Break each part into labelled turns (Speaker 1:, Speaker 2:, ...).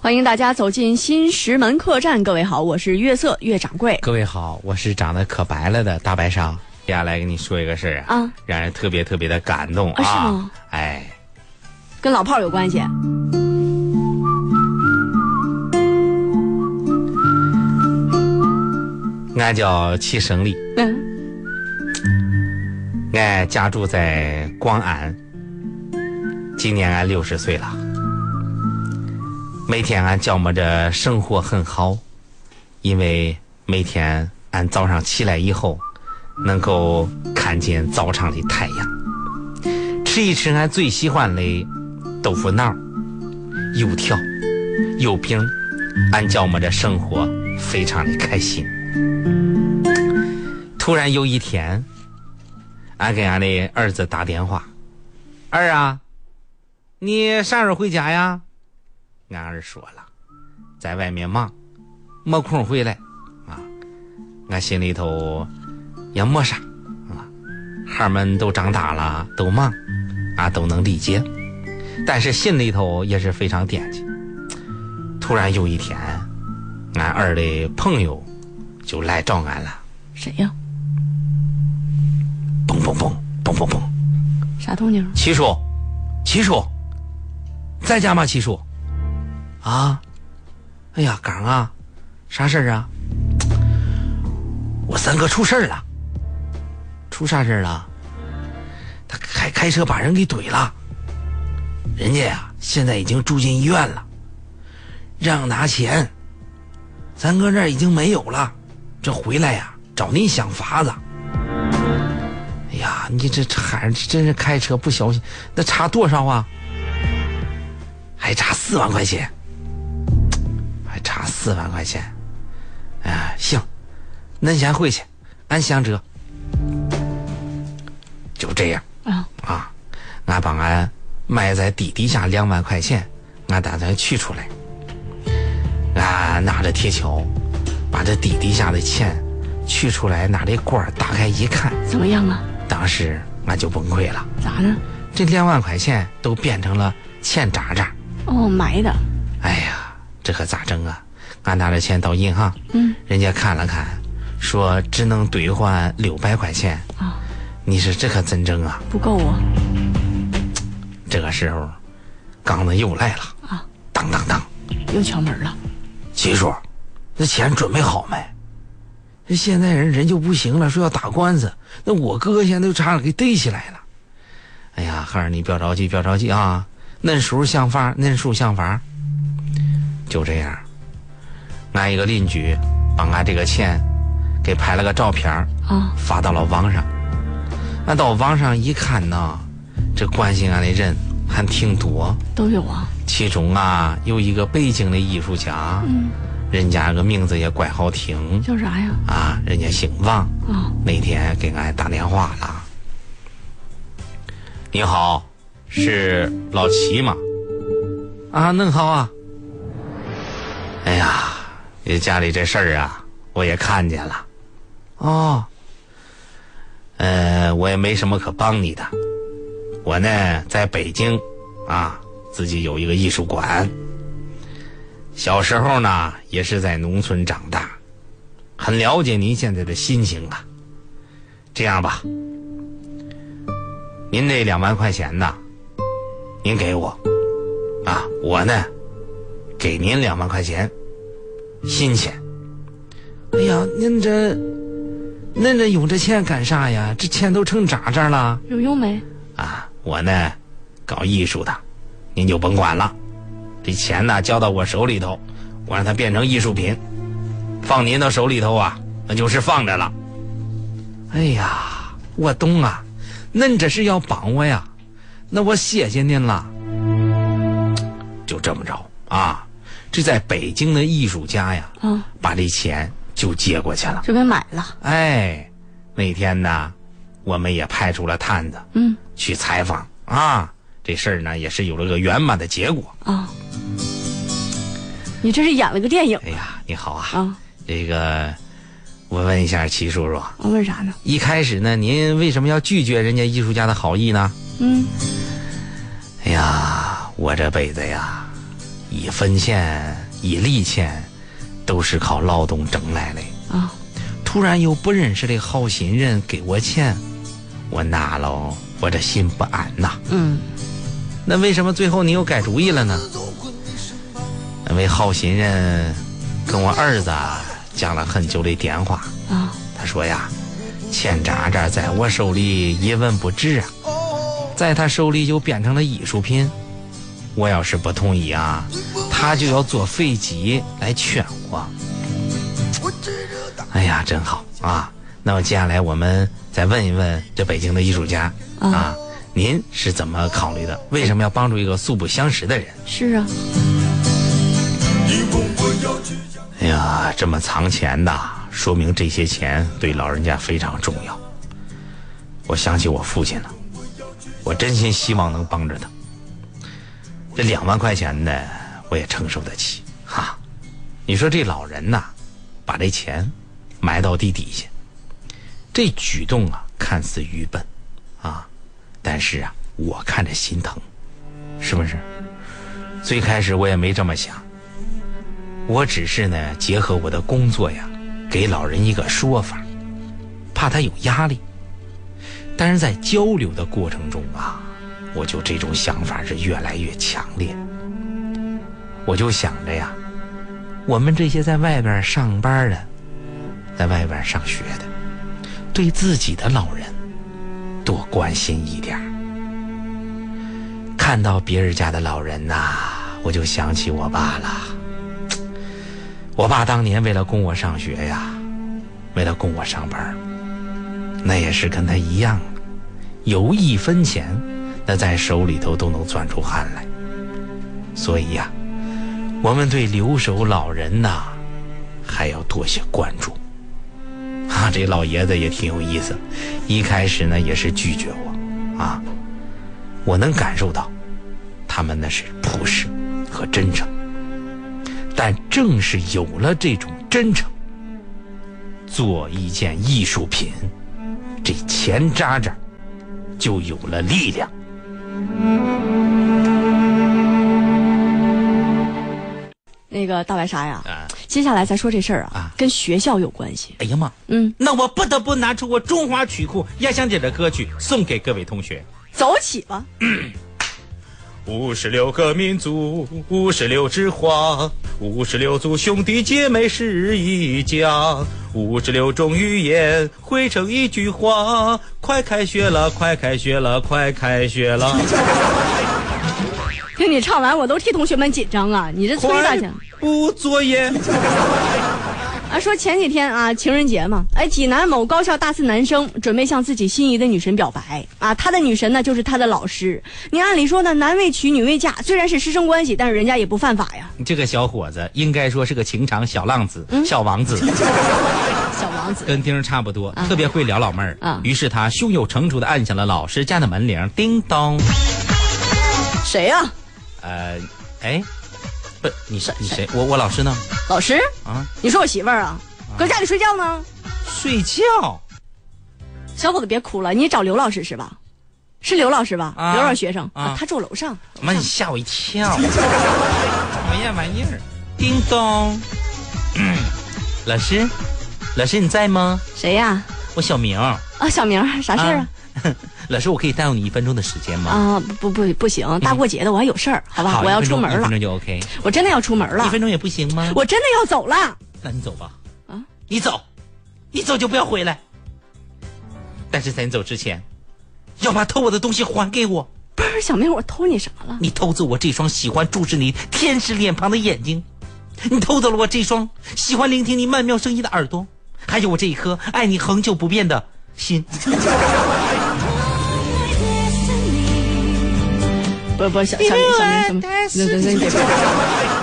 Speaker 1: 欢迎大家走进新石门客栈。各位好，我是月色月掌柜。
Speaker 2: 各位好，我是长得可白了的大白鲨。接下来跟你说一个事儿
Speaker 1: 啊，
Speaker 2: 让人特别特别的感动
Speaker 1: 啊是吗
Speaker 2: 哎，
Speaker 1: 跟老炮儿有关系。
Speaker 2: 俺叫齐胜利，
Speaker 1: 嗯，
Speaker 2: 俺哎家住在广安，今年啊俺六十岁了。每天啊俺觉摸着生活很好，因为每天俺早上起来以后，能够看见早上的太阳，吃一吃俺最喜欢的豆腐脑儿、油条、油饼儿，俺觉摸着生活非常的开心。突然有一天，俺给俺的儿子打电话：“儿啊，你啥时候回家呀？”俺儿说了，在外面忙，没空回来啊。俺心里头也没啥啊，孩儿们都长大了，都忙，俺都能理解，但是心里头也是非常惦记。突然有一天，俺儿的朋友就来找俺了，
Speaker 1: 谁呀？
Speaker 2: 嘣嘣嘣嘣嘣嘣。
Speaker 1: 啥动静？
Speaker 2: 七叔，七叔，在家吗？七叔，啊，哎呀，刚啊，啥事儿啊？我三哥出事儿了，出啥事儿了？他开开车把人给怼了，人家呀、现在已经住进医院了，让拿钱，三哥那儿已经没有了，这回来呀、找你想法子。哎呀，你这这孩子真是开车不小心，那差多少啊？还差四万块钱，还差四万块钱。哎，行，恁先回去，俺想辙。就这样
Speaker 1: 啊，
Speaker 2: 啊，俺把俺埋在地底下两万块钱，俺打算取出来。俺拿着铁锹，把这地底下的钱取出来，拿这罐儿打开一看，
Speaker 1: 怎么样啊？
Speaker 2: 当时俺就崩溃了，
Speaker 1: 咋呢？
Speaker 2: 这两万块钱都变成了钱渣渣。
Speaker 1: 哦，埋的。
Speaker 2: 哎呀，这可咋整啊？俺拿着钱到银行，嗯，人家看了看，说只能兑换六百块钱。
Speaker 1: 啊
Speaker 2: 你说这可怎整啊？
Speaker 1: 不够啊。
Speaker 2: 这个时候，刚子又来了，
Speaker 1: 啊，
Speaker 2: 当当当，
Speaker 1: 又敲门了。
Speaker 2: 七叔，那钱准备好没？这现在人人就不行了，说要打官司，那我哥哥现在就差点给逮起来了。哎呀，孩儿，你不要着急，不要着急啊，恁叔想法，恁叔想法。就这样，俺一个邻居把俺这个钱给拍了个照片儿
Speaker 1: 啊，
Speaker 2: 发到了网上。俺到网上一看呢，这关心俺的人还挺多。
Speaker 1: 都有啊。
Speaker 2: 其中啊有一个北京的艺术家，人家个名字也怪好听
Speaker 1: 叫啥呀？
Speaker 2: 啊，人家姓王。
Speaker 1: 啊，
Speaker 2: 那天给俺打电话了，你好，是老齐吗？啊，恁好啊。哎呀，你家里这事儿啊，我也看见了。哦，呃，我也没什么可帮你的。我呢，在北京，啊，自己有一个艺术馆。小时候呢，也是在农村长大，很了解您现在的心情啊。这样吧，您这两万块钱呐，您给我，啊，我呢，给您两万块钱，新钱。哎呀，您这，恁这用这钱干啥呀？这钱都成渣渣了。
Speaker 1: 有用没？
Speaker 2: 啊，我呢，搞艺术的，您就甭管了。这钱呢，交到我手里头，我让它变成艺术品，放您的手里头啊，那就是放着了。哎呀，我懂啊，恁这是要帮我呀，那我谢谢您了。就这么着啊，这在北京的艺术家呀，
Speaker 1: 啊，
Speaker 2: 把这钱就接过去了。
Speaker 1: 就给买了。
Speaker 2: 哎，那天呢，我们也派出了探子，
Speaker 1: 嗯，
Speaker 2: 去采访啊。这事儿呢，也是有了个圆满的结果。
Speaker 1: 啊，你这是演了个电影
Speaker 2: 哎呀，你好啊，
Speaker 1: 啊？
Speaker 2: 这个我问一下齐叔叔，
Speaker 1: 我啊问啥呢？
Speaker 2: 一开始呢，您为什么要拒绝人家艺术家的好意呢？
Speaker 1: 嗯，
Speaker 2: 哎呀，我这辈子呀，一分钱一厘钱，都是靠劳动挣来的。
Speaker 1: 啊，
Speaker 2: 突然有不认识的好心人给我钱，我拿了，我这心不安呐。
Speaker 1: 嗯，
Speaker 2: 那为什么最后你又改主意了呢？那位好心人跟我儿子啊讲了很久的电话，
Speaker 1: 啊，
Speaker 2: 他说呀，钱渣渣在我手里一文不值啊，在他手里就变成了艺术品。我要是不同意啊，他就要做飞机来劝我。哎呀，真好啊！那么接下来我们再问一问这北京的艺术家
Speaker 1: 啊
Speaker 2: 啊，您是怎么考虑的？为什么要帮助一个素不相识的人？
Speaker 1: 是啊，
Speaker 2: 哎呀，这么藏钱呐，说明这些钱对老人家非常重要。我想起我父亲了，我真心希望能帮着他。这两万块钱呢，我也承受得起哈。你说这老人呐，把这钱埋到地底下，这举动啊，看似愚笨啊，但是啊，我看着心疼，是不是？最开始我也没这么想，我只是呢，结合我的工作呀，给老人一个说法，怕他有压力。但是在交流的过程中啊，我就这种想法是越来越强烈。我就想着呀，我们这些在外边上班的，在外边上学的，对自己的老人多关心一点儿。看到别人家的老人呐、我就想起我爸了。我爸当年为了供我上学呀，为了供我上班儿，那也是跟他一样，有一分钱，那在手里头都能攥出汗来。所以呀、我们对留守老人呐、还要多些关注。 啊，这老爷子也挺有意思，一开始呢也是拒绝我，啊，我能感受到，他们那是朴实和真诚。但正是有了这种真诚，做一件艺术品，这钱渣渣就有了力量。
Speaker 1: 那个大白鲨呀，
Speaker 2: 啊，
Speaker 1: 接下来咱说这事儿啊
Speaker 2: 啊，
Speaker 1: 跟学校有关系。
Speaker 2: 哎呀妈！
Speaker 1: 嗯，
Speaker 3: 那我不得不拿出我中华曲库压箱底儿的歌曲送给各位同学。
Speaker 1: 走起吧。
Speaker 3: 五十六个民族，五十六枝花，五十六族兄弟姐妹是一家，五十六种语言汇成一句话。快开学了，快开学了，快开学了！
Speaker 1: 听你唱完，我都替同学们紧张啊！你这催大
Speaker 3: 快
Speaker 1: 家
Speaker 3: 布作业。
Speaker 1: 啊！说前几天啊，情人节嘛，哎，济南某高校大四男生准备向自己心仪的女神表白啊，他的女神呢就是他的老师。你按理说呢，男未娶女未嫁，虽然是师生关系，但是人家也不犯法呀，
Speaker 3: 这个小伙子应该说是个情场小浪子、
Speaker 1: 嗯
Speaker 3: 小王 子，
Speaker 1: 小王子。
Speaker 3: 跟丁儿差不多，特别会撩老妹儿。
Speaker 1: 啊
Speaker 3: 于是他胸有成竹地按响了老师家的门铃，叮咚。
Speaker 1: 谁呀、
Speaker 3: 呃，哎，不，你是你谁？我我老师呢？
Speaker 1: 老师？
Speaker 3: 啊，
Speaker 1: 你说我媳妇儿啊，搁家里睡觉呢？
Speaker 3: 睡觉
Speaker 1: 小伙子别哭了，你找刘老师是吧？是刘老师吧？
Speaker 3: 啊
Speaker 1: 刘老师学生
Speaker 3: 啊
Speaker 1: 他住楼上。
Speaker 3: 妈，你吓我一 跳！什么呀玩意儿？叮咚，嗯 老师，老师你在吗？
Speaker 1: 谁呀、
Speaker 3: 我小明。
Speaker 1: 啊，小明儿，啥事儿啊？
Speaker 3: 老师，我可以耽误你一分钟的时间吗？
Speaker 1: 啊，不不不行，大过节的我还有事儿，好吧，
Speaker 3: 好，
Speaker 1: 我要
Speaker 3: 一分
Speaker 1: 出
Speaker 3: 钟
Speaker 1: 门
Speaker 3: 一
Speaker 1: 了
Speaker 3: 分，钟就 OK。
Speaker 1: 我真的要出门
Speaker 3: 一
Speaker 1: 了，
Speaker 3: 分钟也不行吗？
Speaker 1: 我真的要走了。
Speaker 3: 那你走吧。
Speaker 1: 啊
Speaker 3: 啊，你走，你走就不要回来。但是在你走之前，要把偷我的东西还给我。
Speaker 1: 不是小明，我偷你啥了？
Speaker 3: 你偷走我这双喜欢注视你天使脸庞的眼睛，你偷走了我这双喜欢聆听你曼妙声音的耳朵，还有我这一颗爱你恒久不变的心。
Speaker 1: 不不，小小明小明小明，那那那你别别，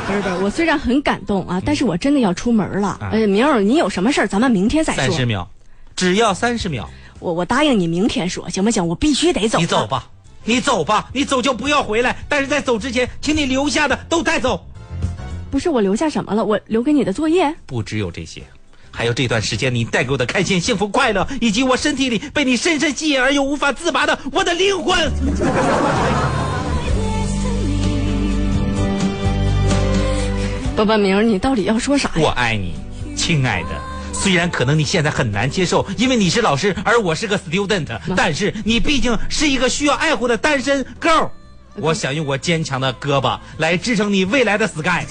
Speaker 1: 不是不是，我虽然很感动啊，但是我真的要出门了。哎，明儿你有什么事儿，咱们明天再
Speaker 3: 三
Speaker 1: 说
Speaker 3: 十。秒，只要三十秒，
Speaker 1: 我我答应你明天说，行不行？我必须得走。
Speaker 3: 你走。吧，你走吧，你走就不要回来。但是在走之前，请你留下的都带走。
Speaker 1: 不是我留下什么了？我留给你的作业。
Speaker 3: 不只有这些，还有这段时间你带给我的开心、幸福、快乐，以及我身体里被你深深吸引而又无法自拔的我的灵魂。
Speaker 1: 多半明儿，你到底要说啥呀？
Speaker 2: 我爱你，亲爱的。虽然可能你现在很难接受，因为你是老师，而我是个 student，但是你毕竟是一个需要爱护的单身 girl。我想用我坚强的胳膊来支撑你未来的 sky。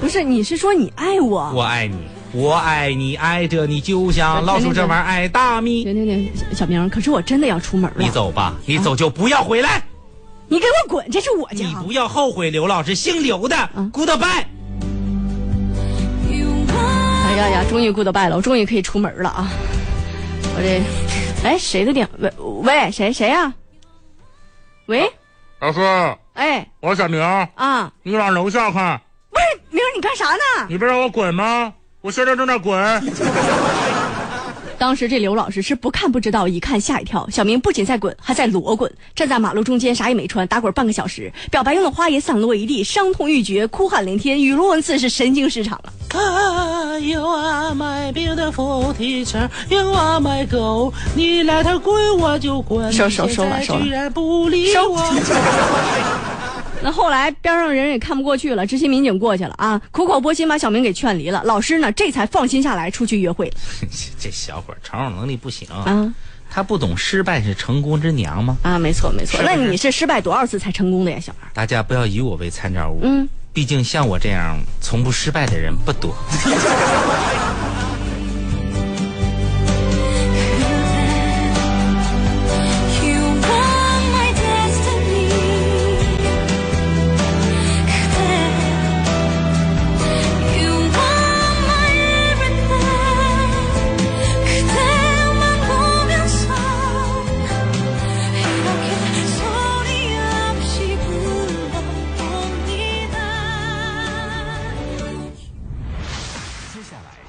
Speaker 1: 不是，你是说你爱我？
Speaker 2: 我爱你，我爱你，爱着你就像老鼠这玩意儿爱大米。
Speaker 1: 停停停，小小明儿，可是我真的要出门了。
Speaker 2: 你，走吧，你走就不要回来，
Speaker 1: 你给我滚！这是我家
Speaker 2: 你。不要后悔。刘老师，姓刘的
Speaker 1: 嗯
Speaker 2: ，goodbye。
Speaker 1: 哎呀呀，终于 goodbye 了，我终于可以出门了啊！我这，哎，谁的电？喂喂，谁谁呀、喂，
Speaker 4: 老师，
Speaker 1: 哎
Speaker 4: 我是小明，
Speaker 1: 啊，
Speaker 4: 你往楼下看，
Speaker 1: 不是明儿，你干啥呢？
Speaker 4: 你不让我滚吗？我现在正在滚。
Speaker 1: 当时这刘老师是不看不知道，一看吓一跳。小明不仅在滚，还在裸滚，站在马路中间啥也没穿，打滚半个小时，表白用的花也散落一地，伤痛欲绝，哭喊连天，语无伦次，是神经失常了。
Speaker 5: Ah, you are my beautiful teacher, you are my girl。你来头滚我就滚，
Speaker 1: 收收收了
Speaker 5: 你
Speaker 1: 收
Speaker 5: 现在
Speaker 1: 了
Speaker 5: 居然不理
Speaker 1: 收
Speaker 5: 我。
Speaker 1: 那后来边上人也看不过去了，执勤民警过去了啊，苦口婆心把小明给劝离了。老师呢，这才放心下来出去约会了
Speaker 2: 这小伙儿成长能力不行，
Speaker 1: 啊
Speaker 2: 他不懂失败是成功之娘吗？
Speaker 1: 啊，没错没错。
Speaker 2: 是
Speaker 1: 那你是失败多少次才成功的呀，小孩？
Speaker 2: 大家不要以我为参照物，
Speaker 1: 嗯，
Speaker 2: 毕竟像我这样从不失败的人不多。
Speaker 6: You are my destiny. You are my everything. 그대만 보면서 이렇게 소리 없이 불러봅니다.
Speaker 2: 接下来